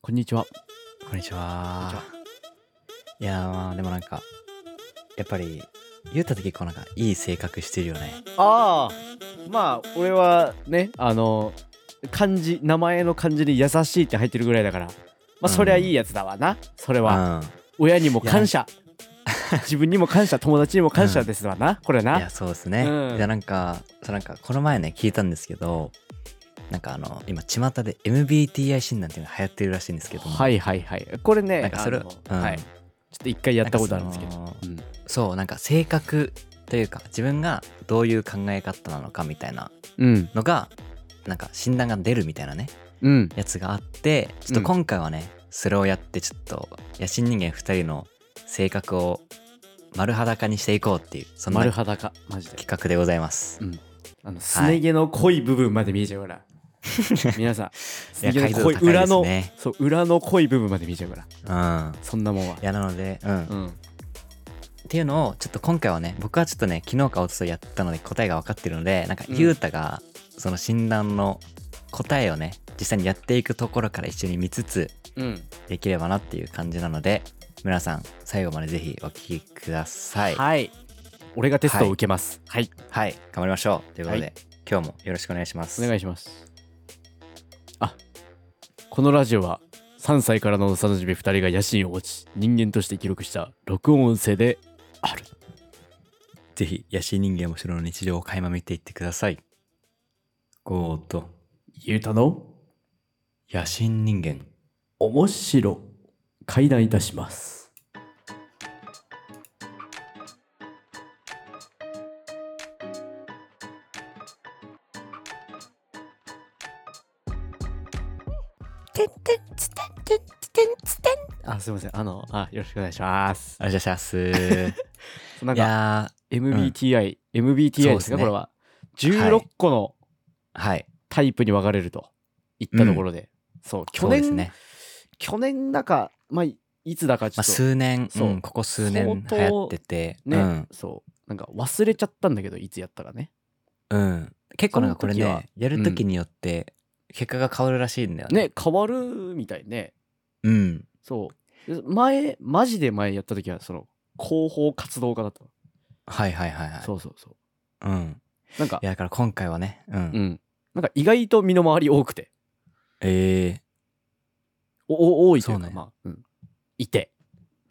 こんにちは。こんにちは。こんにちいやーまあでもなんか、やっぱり、ゆうたって結構なんか、いい性格してるよね。ああ、まあ、俺はね、あの、漢字、名前の漢字に優しいって入ってるぐらいだから、まあ、そりゃいいやつだわな、それうは。ん。親にも感謝。自分にも感謝、 友達にも感謝ですわな、これいやな。そうですね、うんいやなんかそうなんかこの前ね聞いたんですけどなんかあの今巷で MBTI 診断っていうのが流行ってるらしいんですけども、はいはいはい。これね、なんかそれあのうんはい。ちょっと一回やったことあるんですけど。なんかそうんそうなんか性格というか自分がどういう考え方なのかみたいなうん。のがなんか診断が出るみたいなねうん。やつがあってちょっと今回はね、それをやってちょっと野心人間2人の性格を丸裸にしていこうっていうそんな丸企裸、マジで。画でございます。うん。あの、すね毛の濃い部分まで見えちゃう から。皆さん、すね毛の濃い解像度高いですね裏の、そう、裏の濃い部分まで見えちゃうから。うん。そんなもんはいやなので、うん、うん。っていうのをちょっと今回はね僕はちょっとね昨日か一昨日やったので答えが分かってるのでなんかうんゆうたがその診断の答えをね実際にやっていくところから一緒に見つつうん。できればなっていう感じなので皆さん最後までぜひお聞きくださいはい、はい。俺がテストを受けます。はい。頑張りましょうということで、はい今日もよろしくお願いしますお願いします。あ、このラジオは3歳からの幼馴染2人が野心を持ち、人間として記録した録音音声である。ぜひ野心人間も白の日常を垣間見ていってくださいゴーとゆうたの野心人間面白会談いたします。てんてんつてんてんつてんつてんあ、すいません。あの、あ、よろしくお願いします。ありがとうございますなんいかやー MBTI、MBTI ですそうですかねこれは。はい16個のはい。タイプに分かれるといったところで。そう、去そうです年、ね。去年だか、まあ、いいつだかちょまあ、っと。数年、そううんここ数年流相当行ってて、ね、うん、そうなんか忘れちゃったんだけどいつやったかねうん。結構なんかこれその時はね、やるときによって、結果が変わるらしいんだよね。ね変わるみたいねうん。そうで前マジで前やった時はその広報活動家だったの、はいはいはいはい。。そうそうそうん。うなんかいや、だから今回はね、うん。うんなんか意外と身の回り多くてええおお多いというかそうねまあ、うん、いて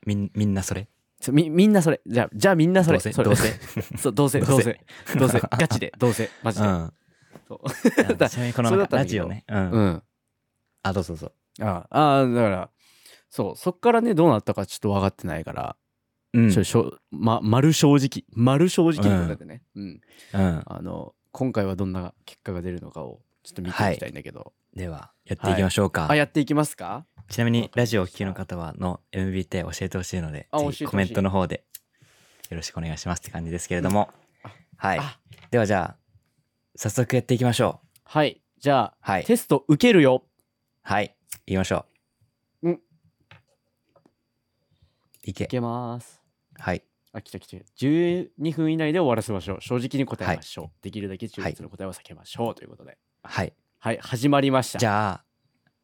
みん、みんなそれそうみみんなそれじゃあじゃあみんなそれどうせそれどうせそうどうせどどううせせど うせガチでどうせマジうで、ん。そういや だちなみにこそのれだなんったんだかラけジどオね。うん。うんあ、どうぞどうぞ。ああーだからそうそっからねどうなったかちょっと分かってないからうん。ちょしょま、丸正直丸正直な中でね、うんうん。あの今回はどんな結果が出るのかをちょっと見ていきたいんだけど、では、やっていきましょうか。あやっていきますかちなみに、ラジオを聴きの方は、の MBT 教えてほしいのであ、ぜ教えてひほしいコメントの方で、よろしくお願いしますって感じですけれどもうんあ。はいあ。ではじゃあ、早速やっていきましょう。はいじゃあ、はい。テスト受けるよはい。行きましょう。うん。いいけ。けますはい。あ来た来た12分以内で終わらせましょう正直に答えましょう、できるだけ中立の答えは避けましょう、ということではい。はい始まりましたじゃあ、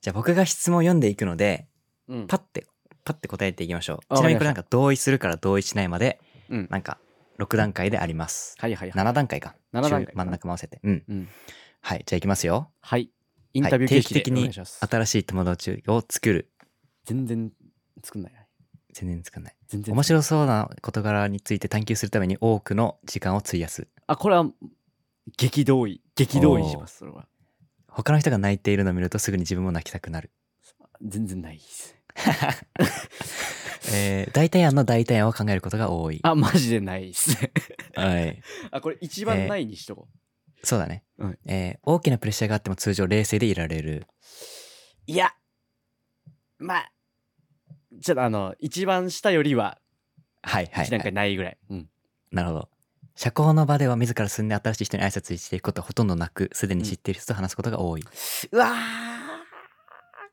じゃあ僕が質問を読んでいくので、うんパッて、パッて答えていきましょあう。ちなみにこれなんか同意するから同意しないまで、うんなんか6段階であります。はいはいはい7段階か。 7段階か中真ん中も合わせて。うん。うんはい。じゃあいきますよ。はいインタビュー形式で定期的おに願いします新しい友達を作る全然作んない全然作んない全然面白そうな事柄について探求するために多くの時間を費やすあこれは激同意激同意しますそれは他の人が泣いているのを見るとすぐに自分も泣きたくなる、全然ないですえー、大体案の大体案を考えることが多いあマジでないですはい あこれ一番ないにしとこそうだね、はいえー大きなプレッシャーがあっても通常冷静でいられるう、いやまあちょっとあの一番下よりははいはい、一段は階い、ないぐらい、うんなるほど社交の場では自ら進んで新しい人に挨拶していくことはほとんどなくすでに知っている人と話すことが多い、うわー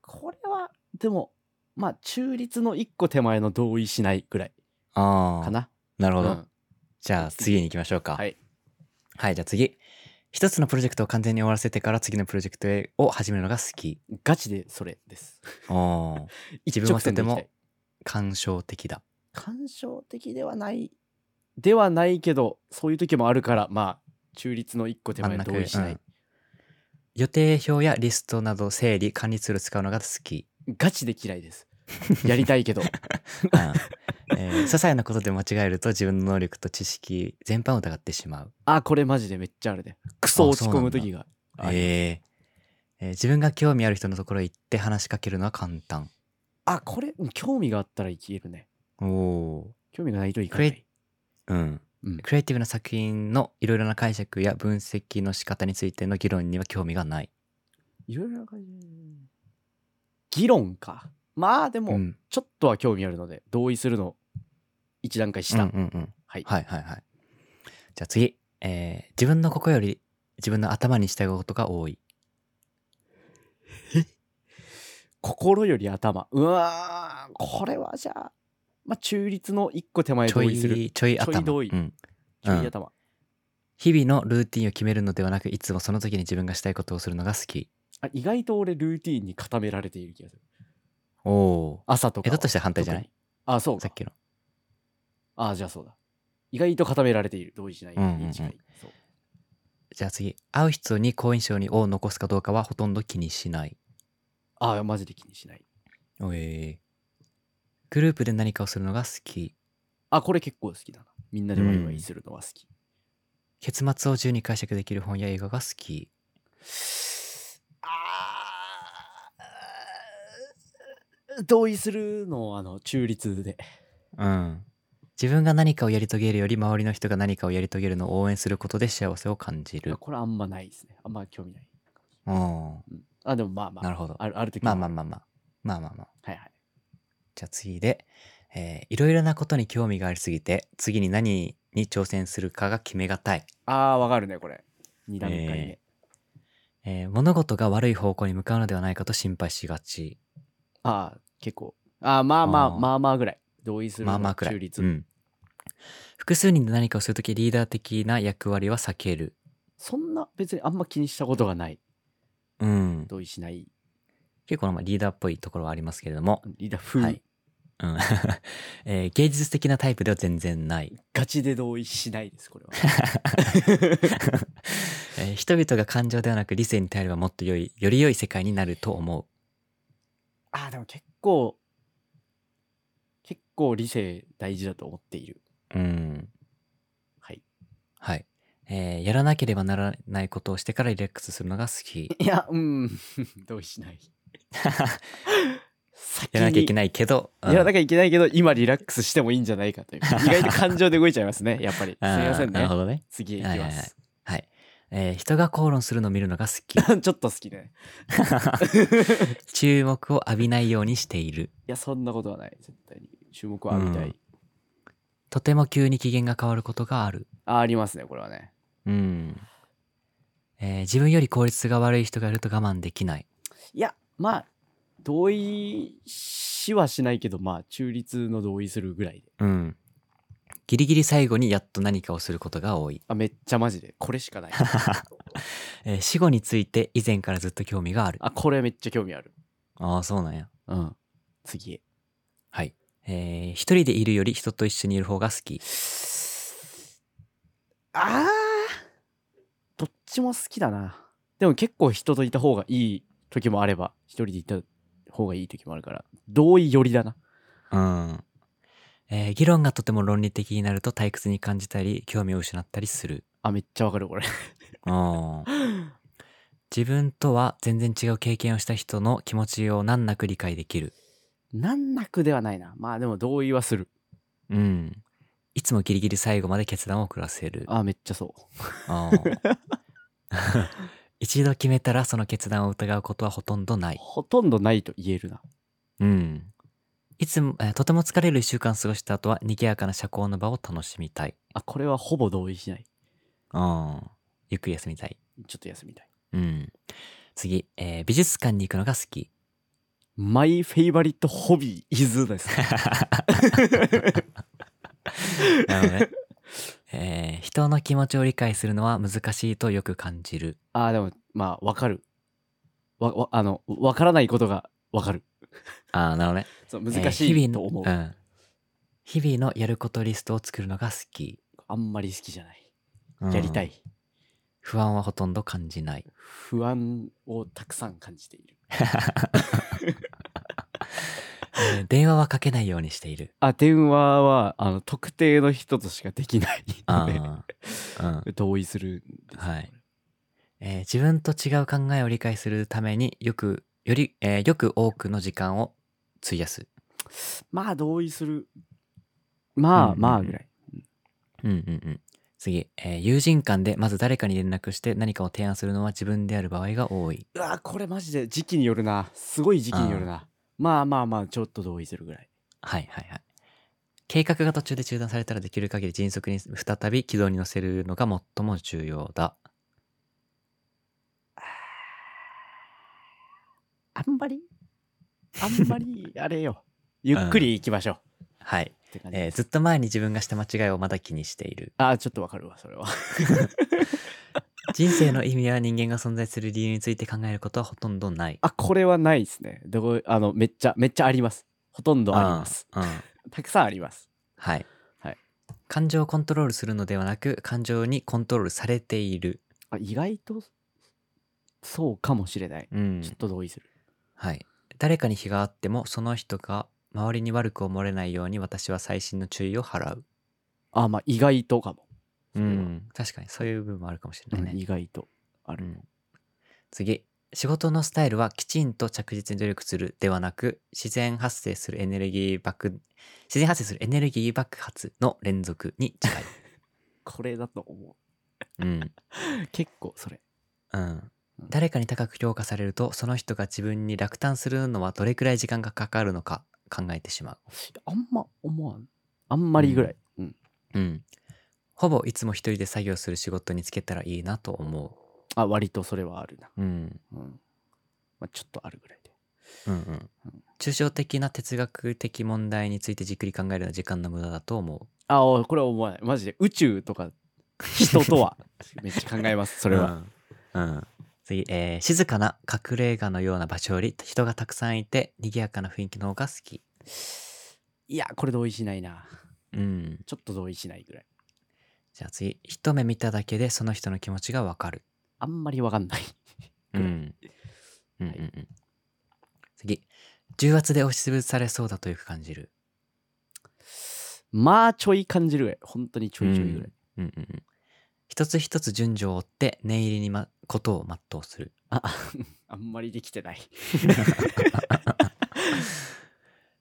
これはでもまあ中立の一個手前の同意しないぐらいあかあななるほど、うんじゃあ次に行きましょうかはいはいじゃあ次一つのプロジェクトを完全に終わらせてから次のプロジェクトへを始めるのが好き。ガチでそれです。おー自分はとて一直線もで行きたい感傷的だ。感傷的ではないではないけどそういう時もあるからまあ中立の一個手前真ん中同意しない、うん予定表やリストなど整理管理ツール使うのが好 き。ガチで嫌いですやりたいけ どうんえー些細なことで間違えると自分の能力と知識全般を疑ってしまう。あこれマジでめっちゃあるねクソあ落ち込む時があるえーえー自分が興味ある人のところへ行って話しかけるのは簡単。あこれうん興味があったら生きるねおお興味がないといかないこ、ー。うん。うんクリエイティブな作品のいろいろな解釈や分析の仕方についての議論には興味がない。いろいろな感じ議論かまあでうもん。ちょっとは興味あるので同意するの一段階うしんた、うんうん。はい、はいはいはい。じゃあ次。えー自分のここより自分の頭にしたいことが多い。心より頭うわーこれはじゃあまあ中立の一個手前ちょ同意するい、ちょい頭。ちょい同意うん。中立頭、日々のルーティンを決めるのではなく、いつもその時に自分がしたいことをするのが好き。あ意外と俺ルーティーンに固められている気がするおお。朝とかえ、はだとして反対じゃない特にあそうさかっきの。あじゃあそうだ意外と固められている同意しないうんうんうんに近い、そうじゃあ次。会う人に好印象にを残すかどうかはほとんど気にしない。あマジで気にしないおえグループで何かをするのが好き。あこれ結構好きだなみんなでワイワイするのは好き、結末を自由に解釈できる本や映画が好き。あー同意するのあの中立でうん。自分が何かをやり遂げるより周りの人が何かをやり遂げるのを応援することで幸せを感じる。これあんまないですねあんま興味ないうん。うんあでもまあまあなるほど。あるある時まあまああまあまあ。まあまあまあ。はいはいじゃあ次で、えーいろいろなことに興味がありすぎて、次に何に挑戦するかが決めがたい。あーわかるねこれ2段階目、ええー物事が悪い方向に向かうのではないかと心配しがち。ああ結構あーまあまああーまあまあぐらい同意するまあまあくらい。中立、うん。複数人で何かをするときリーダー的な役割は避ける。そんな別にあんま気にしたことがないうん。同意しない結構まあリーダーっぽいところはありますけれども。リーダー風、はいうん。 えー芸術的なタイプでは全然ない。ガチで同意しないですこれはえー人々が感情ではなく理性に頼ればもっと良い、より良い世界になると思う。ああでも結構結構理性大事だと思っているうん。はいはい。えーやらなければならないことをしてからリラックスするのが好き。いやうん同意しない先やらなきゃいにけないけど、やらなききゃいけないけど、今リラックスしてもいいんじゃないかという。意外と感情で動いちゃいますね、やっぱり。すいませんなるねほ。どね。次いきます。はいはいはいはい。えー人が口論するのを見るのが好ちき。ょっと好きね。注目を浴びないようにしている。いや、そんなことはない。絶対に。注目を浴びたい。うんとても急に機嫌が変わることがある。あありますね、これはね。うん。えー自分より効率が悪い人がいると我慢できない。いや、まあ、同意しはしないけど、まあ、中立の同意するぐらいで。うん。ギリギリ最後にやっと何かをすることが多い。あ、めっちゃマジで。これしかない。えー死後について以前からずっと興味がある。あ、これめっちゃ興味ある。ああ、そうなんや。うん。次へ。はい。えー一人でいるより人と一緒にいる方が好き。あーどっちも好きだな。でも結構人といた方がいい時もあれば、一人でいた方がいい時もあるから、同意寄りだな。うん。えー議論がとても論理的になると退屈に感じたり、興味を失ったりする。あ、めっちゃわかる、これ。 うん。 自分とは全然違う経験をした人の気持ちを難なく理解できる。難なくではないな。まあでも同意はする。うん。いつもギリギリ最後まで決断を下せる。あ、めっちゃそう。うん 一度決めたらその決断を疑うことはほとんどない。ほとんどないと言えるな。うん。いつも、えーとても疲れる一週間過ごした後は、賑やかな社交の場を楽しみたい。あ、これはほぼ同意しない。うん。ゆっくり休みたい。ちょっと休みたい。うん。次、えー美術館に行くのが好き。 マイフェイバリットホビ ー is です。なるほどね。ええー人の気持ちを理解するのは難しいとよく感じる。ああ、でも、まあ、わかる。わ、わ、あの、わからないことがわかる。ああ、なるほどね。そう、えー難し日い々との思う。ん。日々のやることリストを作るのが好き。あんまり好きじゃない。うんやりたい。不安はほとんど感じない。不安をたくさん感じている。えー電話はかけないようにしている。あ、電話は、あの、特定の人としかできないのであ あ。う ん。同意するんですよはいえー自分と違う考えを理解するためによく、より、えーよく多くの時間を費やす。まあ同意する。まあ、うんまあぐらい。うんうんうん。次、えー友人間でまず誰かに連絡して何かを提案するのは自分である場合が多い。うわこれマジで時期によるな。すごい時期によるな。まあまあまあちょっと同意するぐらい。はいはいはい。計画が途中で中断されたらできる限り迅速に再び軌道に乗せるのが最も重要だ。あんまりあんまりあれよ。ゆっくり行きましょう。はい。って感じ。えーずっと前に自分がした間違いをまだ気にしている。ああ、ちょっとわかるわ、それは。人生の意味や人間が存在する理由について考えることはほとんどない。あ、これはないですね。どこ、あの、めっちゃ、めっちゃあります。ほとんどあります。うん。うんたくさんあります。はい。はい感情をコントロールするのではなく、感情にコントロールされている。あ意外と、そうかもしれない。うんちょっと同意する。はい。誰かに非があっても、その人が周りに悪く思われないように私は細心の注意を払う。あまあ意外とかも。うそれはん。確かに、そういう部分もあるかもしれないね。意外とあうる。ん、次仕事のスタイルはきちんと着実に努力するではなく自然発生するエネルギー爆自然発生するエネルギー爆発の連続に 近い、これだと思うんう。結構それ。うん、誰かに高く評価されるとその人が自分に落胆するのはどれくらい時間がかかるのか考えてしまあんま思わん。あんまりぐらい。うん。う、うん、ほぼいつも一人で作業する仕事につけたらいいなと思あ、割とそれはあるな。う、うんうん。まあ、ちょっとあるぐらいで。うんうん、抽象的な哲学的問題についてじっくり考えるのは時間の無駄だと思うあ、おいこれは思わない。マジで。宇宙とか、人と は。めっちゃ考えます、それは。うん。うん次、えー静かな隠れ家のような場所より人がたくさんいて賑やかな雰囲気の方が好き。いや、これ同意しないな。うん。ちょっと同意しないぐらい。じゃあ次、一目見ただけでその人の気持ちがわかる。あんまりわかんない。 うん。うんうんうん。次、重圧で押しつぶされそうだとよく感じる。まあ、ちょい感じるぐらい。本当にちょいちょいぐらい。うんうんうん。一つ一つ順序を追って念入りに、ま、ことを全うする。あ、ああんまりできてない。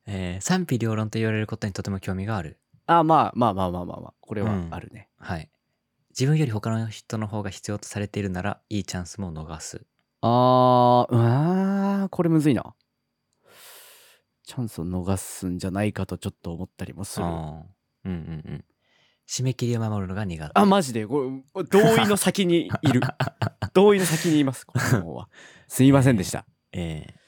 えー賛否両論と言われることにとても興味がある。あ、まあまあまあまあまあまあ。これはあるね。はい。自分より他の人の方が必要とされているなら、いいチャンスも逃す。あー、うわー、これむずいな。チャンスを逃すんじゃないかとちょっと思ったりもする。ああーうんうんうん。締め切りを守るのが苦手。マジで、これ、同意の先にい る。同意の先にいます、この方 は。すいませんでした。ええ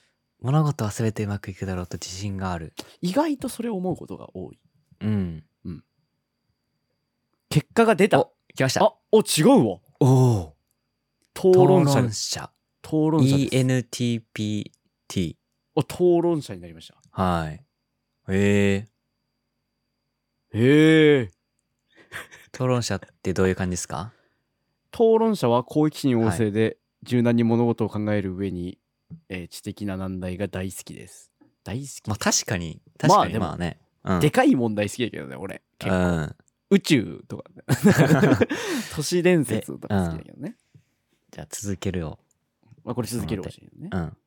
物事は全てうまくいくだろうと自信がある。意外とそれを思うことが多い。うん。結果が出た。お来ました。あ、お、違うわ。おお討論者です。者。討論者です。 ENTPT。お、討論者になりました。はい。ええへえ。討論者ってどういう感じですか討論者は好奇心旺盛で、柔軟に物事を考える上に、えー知的な難題が大好きです。大好きまあ確かに、まあ確かにでもまあね。うんでかい問題好きやけどね、俺。結う構ん。宇宙とか、都市伝説とか好きだけどね。じゃあ続けるよ。まあ、これ続けるほしいよねう。ん。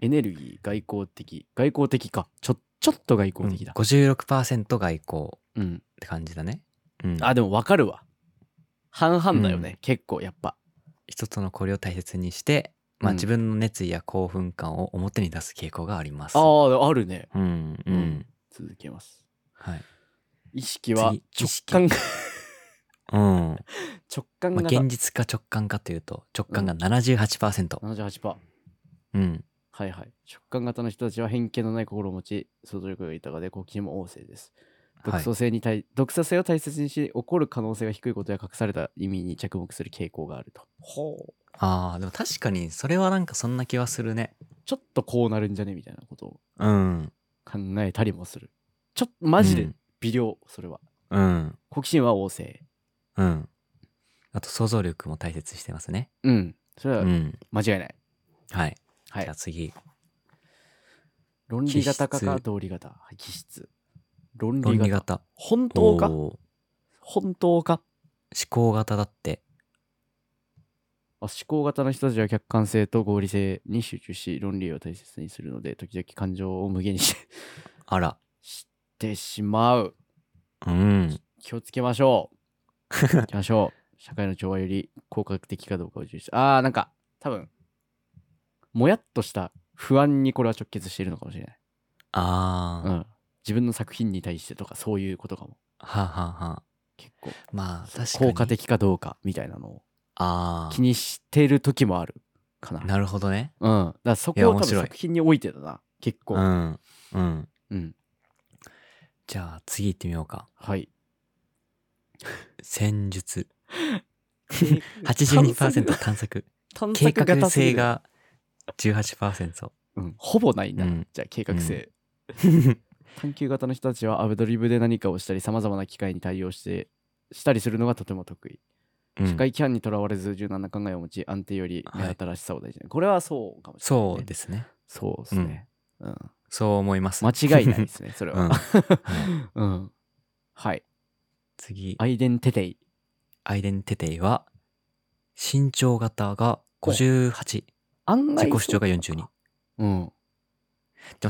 エネルギー、外交的。外交的か。ちょ、ちょっと外交的だ。 56%外交。うん。って感じだね。うん、あ、でも分かるわ。半々だよね。結構、やっぱ。人との交流を大切にして、まあ、うん自分の熱意や興奮感を表に出す傾向があります。ああ、あるね。うんううんん。続けます。はい。意識は次直感が、うん。ま直感があ、現実か直感かというと直感が78%。 78%。うん。はいはい。直感型の人たちは偏見のない心を持ち、想像力が豊かで好奇心も旺盛です。独創性に対、独創性を大切にし起こる可能性が低いことや隠された意味に着目する傾向があるとああ、でも確かに、それはなんかそんな気はするね。ちょっとこうなるんじゃねみたいなことをうん。考えたりもするちょっとマジうでん微量、それはうん。好奇心は旺盛うん。あと、想像力も大切にしてますね。うんそれうはん。間違いない、はい。はじいゃあ次。論理型気か質か道理型はい気質論論理理型型。本当かおー思本当か考型だって。あ思考型の人たちは客観性と合理性に集中し論理を大切にするので時々感情を無限にし あら。してしまううん。気をつけましょういきましょう社会の調和より効果的かどうかを重視しあーなんか多分もやっとした不安にこれは直結しているのかもしれない、 ああ、うん、自分の作品に対してとかそういうことかもはあ、はあはあ、結構まあ、確かに。効果。的かどうかみたいなのをあ気にしてる時もあるかなあ。なるほどね。うん、だからそこいやを多面分白い作品においてだな結構、うん。うん。うん、じゃあ次行ってみようか。はい戦術。 探索82%探索。探計索画型すぎ性る、が18%。うん、ほぼないな、うんじゃあ計画性、探求型の人たちはアドリブで何かをしたりさまざまな機会に対応してしたりするのがとても得意、うん社会規範にとらわれず柔軟な考えを持ち安定より目新しさを大事に、これはそうかもしれない、ね、そうですね。そうですね、うんそう思います。間違いないですねそれうん。は、はい うんはい 次、アイデンティティアイデンティティは、身長型が58。案自外己主張が42。そうでかもも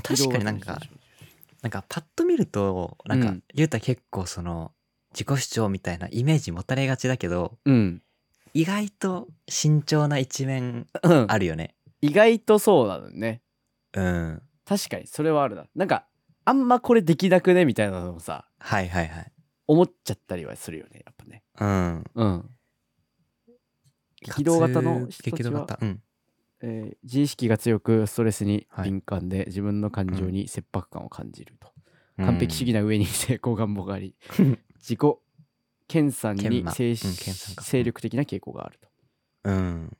確かになんか、なんかパッと見ると、なんうかん、ゆうた結構その、自己主張みたいなイメージ持たれがちだけど、うん、意外と慎重な一面うん、あるよね。意外とそうなのねうん。確かにそれはあるななんかあんまこれできなくねみたいなのもさはいはいはい。思っちゃったりはするよねやっぱねうん。うん激動型の人たちは激動型。うん。えー自意識が強くストレスにはい敏感で、自分の感情に切迫感を感じると、完璧主義だ。な上に成功願望があ りう自己研鑽に研磨精,、うん研鑽か精力的な傾向があるとん。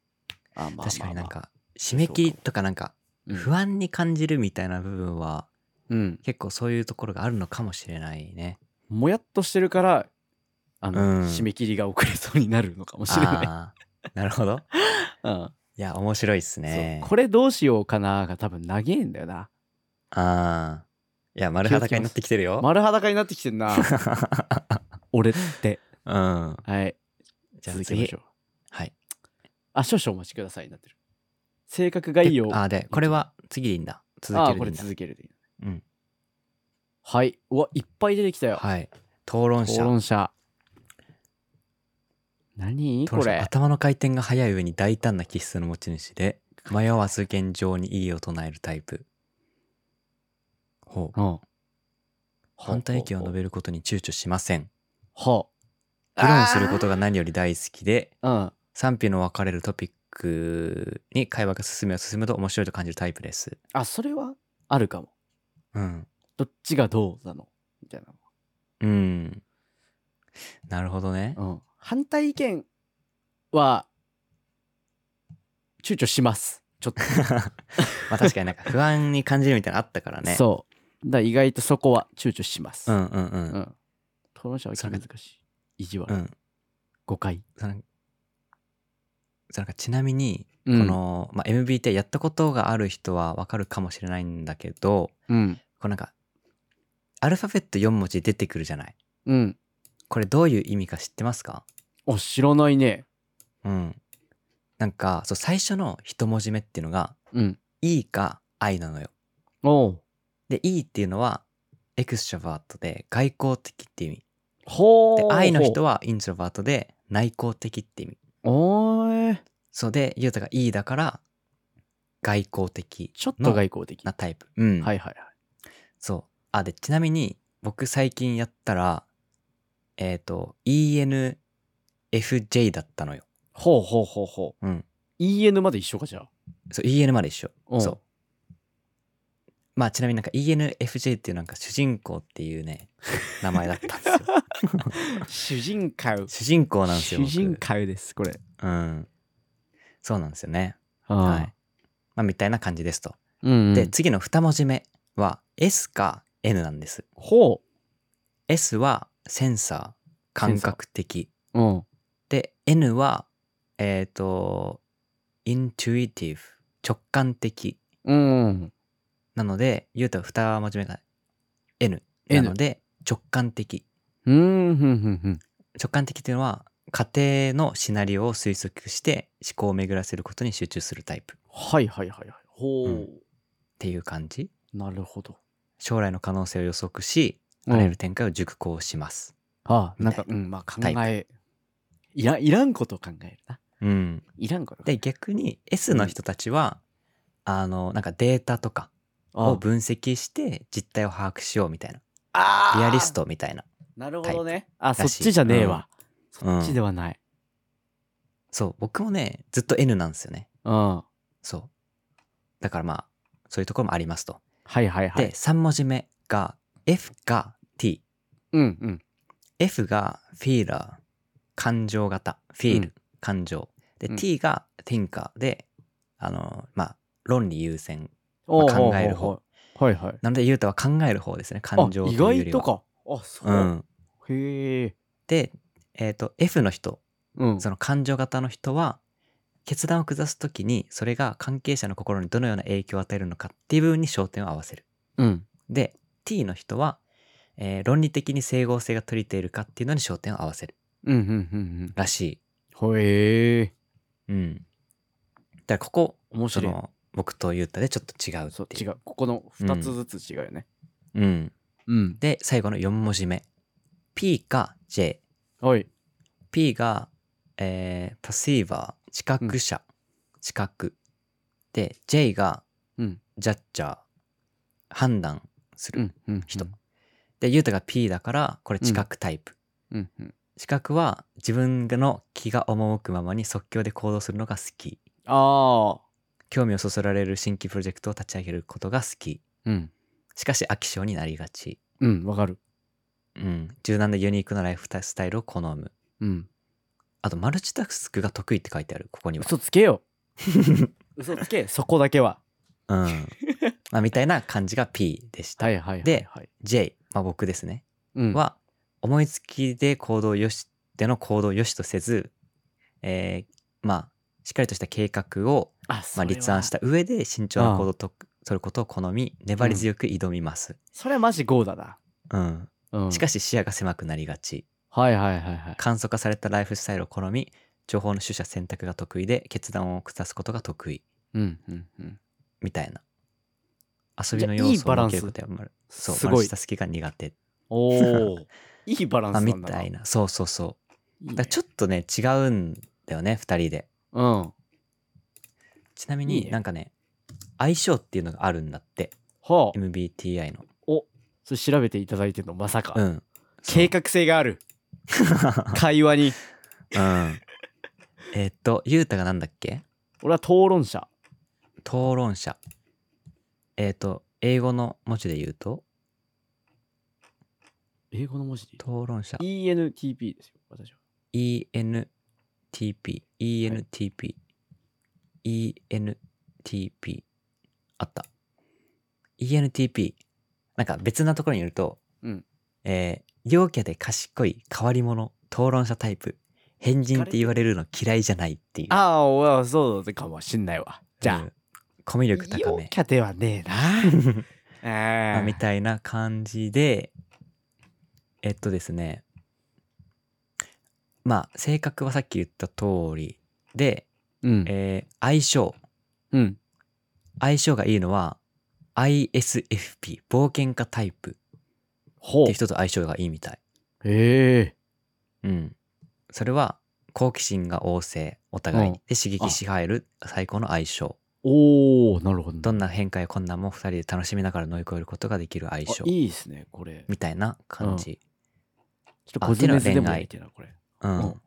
あーまあまあまあ確かになんか、締め切りとかなんか、うん不安に感じるみたいな部分は、うん結構そういうところがあるのかもしれないね。もやっとしてるからあの、うん締め切りが遅れそうになるのかもしれない、あーなるほど。 うん、いや、面白いっすそうね。これどうしようかなが多分長えんだよなああ。いや、丸裸になってきてるよ。丸裸になってきてんな俺って うん。はいじ続ゃあけま次しょ。うはい。あ少々お待ちくださいになってる性格概要あああ、で、これは次でいいんだ。続あけーるこでれいいんだ続。けるでいいうん。はいうわいっぱい出てきたよ、はい。討論討者。論者何討こ論者れ頭の回転が速い上に大胆な気質の持ち主で、迷わず現状に異議を唱えるタイプ。ほう。うん反対意見を述べることに躊躇しません。は議論することが何より大好きで、あ賛否の分かれるトピックに会話が進めば進むと面白いと感じるタイプです。うんあそれはあるかもうん。どっちがどうなのみたいなうん。なるほどね。うん、反対意見は躊躇しますちょっ まあ確かになんか不安に感じるみたいなのあったからと、ね。う。そうだから意外とそこは躊躇します、うんうんう。うんん討論者は難しい意地う悪、ん。誤解そのそのなんかちなみに、うんこの、まあ、MBTI やったことがある人はわかるかもしれないんだけど、うんこうなんか、アルファベット4文字出てくるじゃない。うんこれどういう意味か知ってますかお知らないねうん。なんか、そう、最初の一文字目っていうのが、うん E か I なのよ。おうで、E っていうのは、エクストラバートで外交的っていう意味。ほでう、 I の人はイントロバートで内向的って意味。おーいそうで、ゆうたが E だから、外交的ちょっと外交的なはタイプ。うん。いはいはいそう。あ、で、ちなみに、僕最近やったら、えっ、と、ENFJ だったのよ。ほうほうほうほううん。 EN まで一緒かじゃあそう、EN まで一緒。うんそう。まあちなみになんか ENFJ っていうなんか主人公っていうね、 名前だったんですよ。主人公主人公なんですよ。主人僕公ですこれうん。そうなんですよね。ははい。まあみたいな感じですと。うんうん、で、次の2文字目は S か N なんです。ほ S はセンサー、感覚的。う、うん、で、N は、えっ、と、イントゥイティブ、直感的。うんうんなので、言うと2文字目が N。な N ので、直感的。うんうんうんうん直感的っていうのは、家庭のシナリオを推測して思考を巡らせることに集中するタイプっはいはいはいはいほう、うんていう感じ。なるほど将来の可能性を予測し、うんあらゆる展開を熟考します。ああみなたんかいなうんまあ考タイプえいらいらんことを考えるなうん。いらんことで、逆に S の人たちは、あの、なんかデータとかあを分析して実態を把握しようみたいな。あリアリストみたいな。なるほどねあそらっしいちじゃねえわ、うそんっちではないそう、僕もね、ずっと N なんですよね。うんはそう。だからまあ、そういうところもありますと。いはいはで、い3文字目が F か T。うんうん F がフィーラー、感情型。フィール、うん感情。で、うん T が thinker で、あの、まあ、論理優先。おうほうほう考える方はいはいなので、ゆうたは考える方ですね。あ感情とい意うよ外りとは。かあそう、うん。へえで、えっ、と、F の人、うんその感情型の人は、決断を下すときに、それが関係者の心にどのような影響を与えるのかっていう部分に焦点を合わせる。うんで、T の人は、えー論理的に整合性が取れているかっていうのに焦点を合わせるうんうんうんうんらしい。ほえーうん。だからここ、面そ白いの、僕とゆうたでちょっと違うそうってい違う。うここの2つずつ違うよねう。うん。うんで、最後の4文字目。P か J。はい P が、えー、パシーバー、知覚者、知覚。で、J が、うんジャッジャー、判断する。うんうん人で、ユータが P だから、これ知覚タイプ。うんうん知覚は、自分の気が赴くままに即興で行動するのが好き。ああ興味をそそられる新規プロジェクトを立ち上げることが好き。うんしかし、飽き性になりがち。うんわかるうん。柔軟でユニークなライフスタイルを好む。うんあと、マルチタスクが得意って書いてある、ここには。嘘つけよ嘘つけそこだけはうん。まあ、みたいな感じが P でし た。はいはいはいではい J、まあ、僕ですね、うんは思いつきで行動をよしでの行動をよしとせず、えーまあしっかりとした計画を、あまあ、立案したた上で慎重な行動あをと取ることを好み粘り強く挑みます、それはマジゴーダだうんうんしかし視野が狭くなりがちはいはいはいはい簡素化されたライフスタイルを好み情報の取捨選択が得意で決断を下すことが得意うんうんうんみたいな遊びのじゃ要あいい素を抜けバるランスことやまるそうすマごルいチタスキが苦手おお いいバランまあスなみんだたいななそうそうそういいだねからちょっとね違うんだよね2人でうんちないみいにねなんかね相性っていうのがあるんだってはあ MBTI のおそれ調べていただいてるのまさかうん計画性があ る会話にそ ううんえっとゆうたがなんだっけ俺は討論者討論者えっ、と英語の文字で言うと英語の文字で討論者 ENTP ですよ私は ENTP ENTP ENTP あった ENTP なんか別なところによるとうんえー、陽キャで賢い変わり者討論者タイプ変人って言われるの嫌いじゃないっていうああおやそうだかもしんないわじゃあ、うんコミュ陽力高め、キャではね えな まああーみたいな感じでえっとですねまあ性格はさっき言った通りで、うんえー相性うん相性がいいのは ISFP 冒険家タイプっほうていう人と相性がいいみたいへえうん。それは、好奇心が旺盛、お互いにうん。で、刺激し合える最高の相性。おおなるほどどなんな変化や困難も二人で楽しみながら乗り越えることができる相性。いいですねこれみたいな感じ。ちょっと小ずれずでもないっていうなこれうん。うん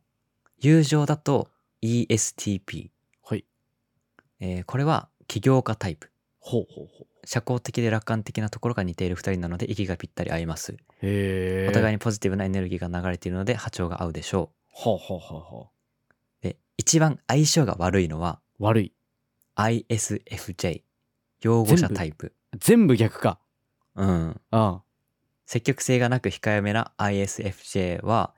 友情だと ESTP。はいえーこれは起業家タイプ。ほうほうほう。社交的で楽観的なところが似ている二人なので息がぴったり合いますへえ。お互いいに。にポジティブなエネルギーが流れているので波長が合うでしょほうほうほうほうで一番相性が悪いのはう。悪い。 ISFJ 擁護者タイプ全部逆か。うんうん。積極性がなく控えめな ISFJ は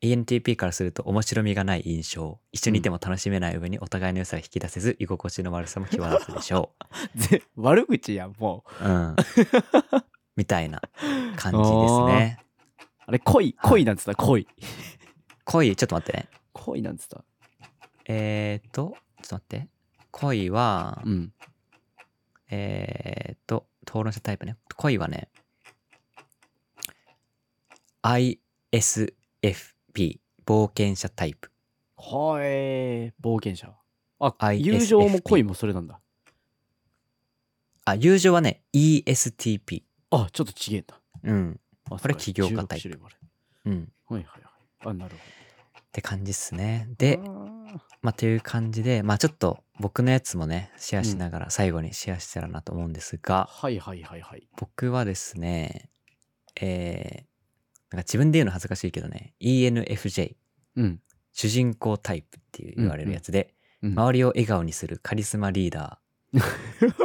ENTP からすると面白みがない印象一緒にいても楽しめない上にお互いの良さが引き出せず居心地の悪さも際立つでしょ ぜ悪口やん、もう。う、うん、みたいな感じですねあれ、恋、恋なんつった、恋。恋ちょっと待ってね恋なんつった。えーとちょっと待って恋は、うん。えーと討論者タイプね恋はね ISFP 冒険者タイプはえー、冒険者。あ、 ISFP 友情も恋もそれなんだ。あ友情はね ESTP あ、ちょっと違えんだ。うんあこれ起業家タイププ。16種類もあるうんはいはいはい。あ、なるほって感じっすね。ど。であ、ーまあ、という感じで、まあ、ちょっと僕のやつもね、シェアしながら、最後にシェアしたらなと思うんですが、はいはいはいはい。僕はですね、えー、なんか自分で言うの恥ずかしいけどね、ENFJ、うん。主人公タイプっていう言われるやつで、うん周りを笑顔にするカリスマリーダ ー、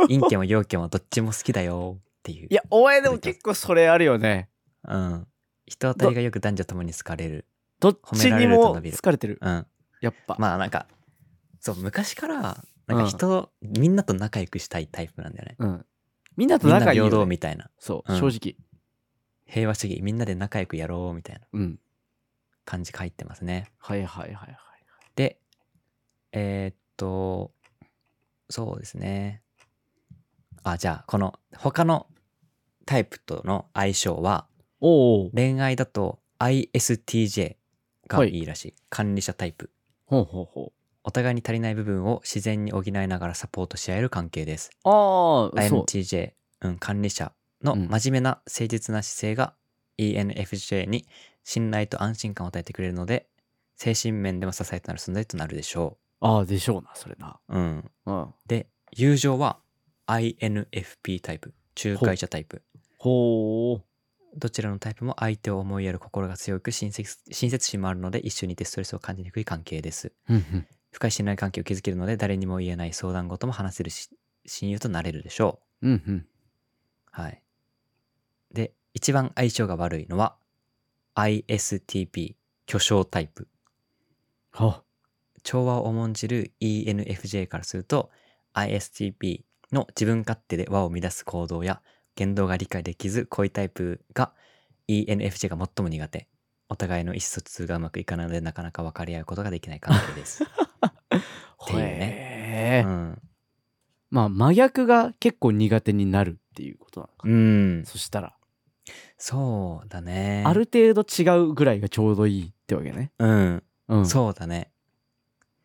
陰キャも陽キャもどっちも好きだよっていう。いや、お前でも結構それあるよね。うん。人当たりがよく男女ともに好かれる。どっち褒められにるとも伸びる疲れてる。うん。やっぱ。まあなんか、そう、昔から、なうんかん人、みんなと仲良くしたいタイプなんだよね。うん。みんなとみんな仲いいよ平ね、等みたいな。そう、うん正平和主義、みんなで仲良くやろうみたいな直。うん。感じ書いてますね。はいはいはいはい。で、えーっと、そうですね。あ、じゃあ、この、他のタイプとの相性は、おお。恋愛だと ISTJ がはいいいらしい。管理者タイプ。ほうほうほお互いに足りない部分を自然に補いながらサポートし合える関係です。う。ああ、そう。 INTJ、うん、管理者のうん真面目な誠実な姿勢が ENFJ に信頼と安心感を与えてくれるので精神面でも支えとなる存在となるでしょああ、でしょうな、それな。う。うん、うん。で友情は INFP タイプ仲介者タイプほう。どちらのタイプも相手を思いやる心が強く親切親切心もあるので一緒にいてストレスを感じにくい関係です。うんうん深い信頼関係を築けるので誰にも言えない相談事も話せるし親友となれるでしょう。うんうん。はい。で、一番相性が悪いのは、ISTP、巨匠タイプ。は調和を重んじる ENFJ からすると、ISTP の自分勝手で和を乱す行動や言動が理解できず、恋タイプが ENFJ が最も苦手。お互いの意思疎通がうまくいかないので、なかなか分かり合うことができない関係 です。っていうねうん。まあ、真逆が結構苦手になるっていうことなのか。うん。そしたら、そうだね。ある程度違うぐらいがちょうどいいってわけね。うん。うん。そうだね。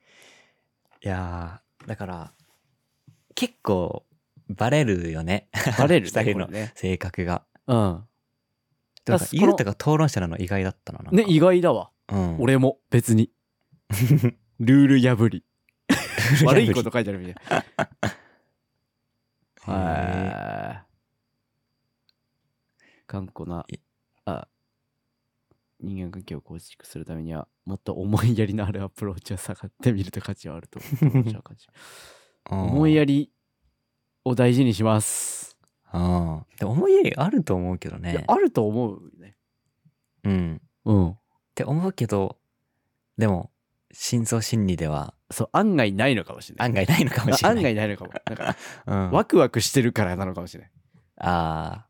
いやー、だから、結構、バレるよね。 バレる二ね。人のこれね性格が。うん。でだもさ、からゆうたが討論者なの意外だったな。なんかね、意外だわ。うん、 俺も、別に。ルール破り。悪いこと。書いてあるみたいな。へはい。頑固なえ、あ、人間関係を構築するためには、もっと思いやりのあるアプローチを探ってみると価値はあると思う感 じ思いやり。りを大事にします。うんでも思いやりあると思うけどいやね。あると思うね。うん。っうん。て思うけど、でも、真相心理ではそう、案外ないのかもしれない。案外ないのかもしれない。案外ないのかも。なん か、うん、ワクワクしてるからなのかもしれない。ああ。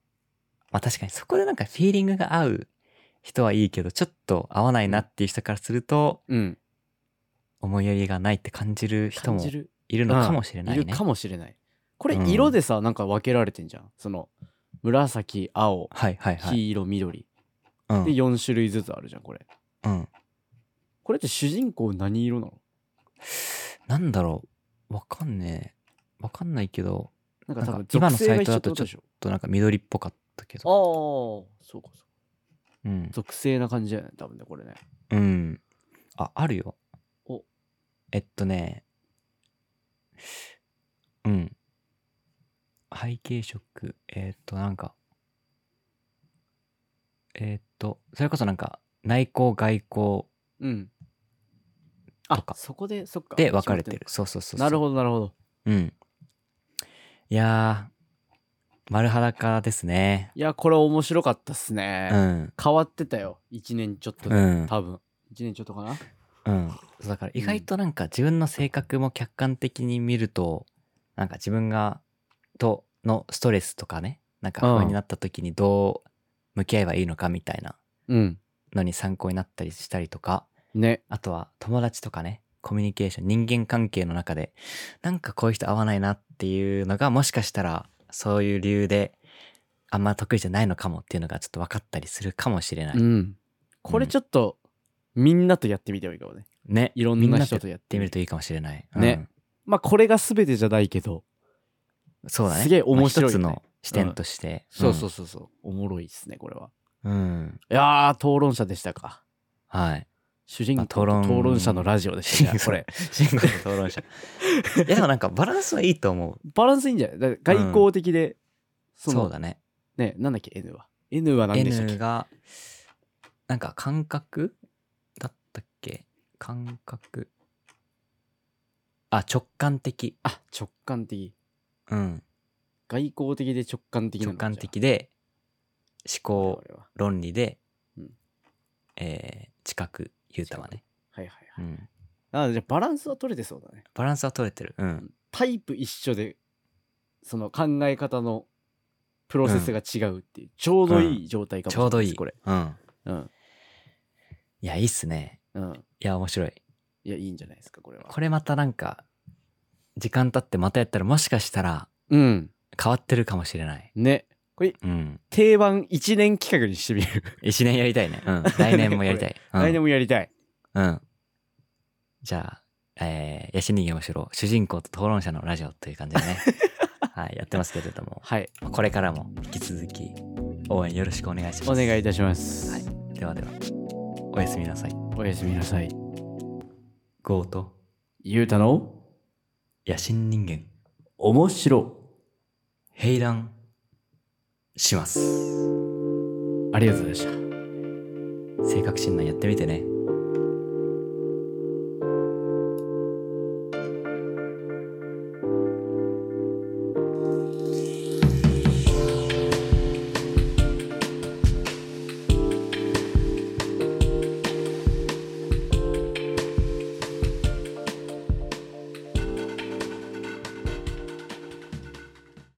まあ確かにそこでなんかフィーリングが合う人はいいけど、ちょっと合わないなっていう人からすると、うん。思いやりがないって感じる人感もじる。いるのかもしれないいるねか。もしれないこれうん色でさ、なんか分けられてんじゃんその紫青はいはいはい。黄色緑うんで4種類ずつあるじゃんこれうん。これって主人公何色なのなんだろう。わかんねえ。わかんないけど、なんか多なん分か属今の性サが一イ緒トだってとことでしょとなんか緑っぽかったけああど。ーそうかそううん。属性な感じだよね多分ねこれねうん。あ、あるよ。おえっとね。うん。背景色、えーっと、なんか、えーっと、それこそなんか、内向外向うん。とあかそこで、そっか。で分かれて絞っる。そうそうそうそう。のかなるほど、なるほど。ど。うん。いやー、丸裸ですね。いや、これ面白かったっすね。うん。変わってたよ。1年ちょっとうで、ん。多分。1年ちょっとかな。うん。そうだから意外となんか自分の性格も客観的に見ると、なんか自分が、と、のストレスとかね、なんか不安になった時にどう向き合えばいいのかみたいなうん。のに参考になったりしたりとか、ね。あとは友達とかね、コミュニケーション、人間関係の中で、なんかこういう人合わないなっていうのが、もしかしたらそういう理由で、あんま得意じゃないのかもっていうのがちょっと分かったりするかもしれない。うん。これちょっと、みんなとやってみてもいいかもね。ね。いろみんんななと人とやっやっててみるみると。といいかもしれない。ねまあ、これが全てじゃないけど、うん。そうだね。すげえ面白いまあ一つよねの視点として。そうそうそうそう。おもろいっすね、これは。うん。うん。いやー、討論者でしたか。はい。主人公とまあ討論討論者のラジ オでしたね、これ。慎吾の討論者。 いやでもなんかバランスはいいと思う。バランスいいんじゃないだから外交的で、そのそうだね。ね、なんだっけ、N は。N は何でしたっ N けが、なんか感覚だったっけ感覚。あ、直感的。あ、直感的。うん。外交的で直感的なの直か感的で、思じゃあ考我々は論理で、うんえー、知覚、言うたはね。はいはいはうい。ん。なので、じゃあバランスは取れてそうだね。バランスは取れてる。うん。タイプ一緒で、その考え方のプロセスが違うっていう、ちょうどいい状態かもしちれなょうどいいでい。すこれ。。うん。うん。いや、いいっすね。うん。いや、面白い。いや、いいんじゃないですか、これは。これまたなんか、時間経ってまたやったらもしかしたらうん。変わってるかもしれない。ね。うん。定番1年企画にしてみる。一年やりたい ね。うん。来年もやりたい。うん、来年もやりたい。うん。じゃあ、えー、ヤシニゲむしろ、主人公と討論者のラジオという感じ でね。はい、やってますけれども、はい。これからも引き続き応援よろしくお願いします。お願いいたします。はいではでは、おやすみなさい。おやすみなさい。ゴーとゆうたの野心人間、面白。平乱します。ありがとうございました。性格診断やってみてね。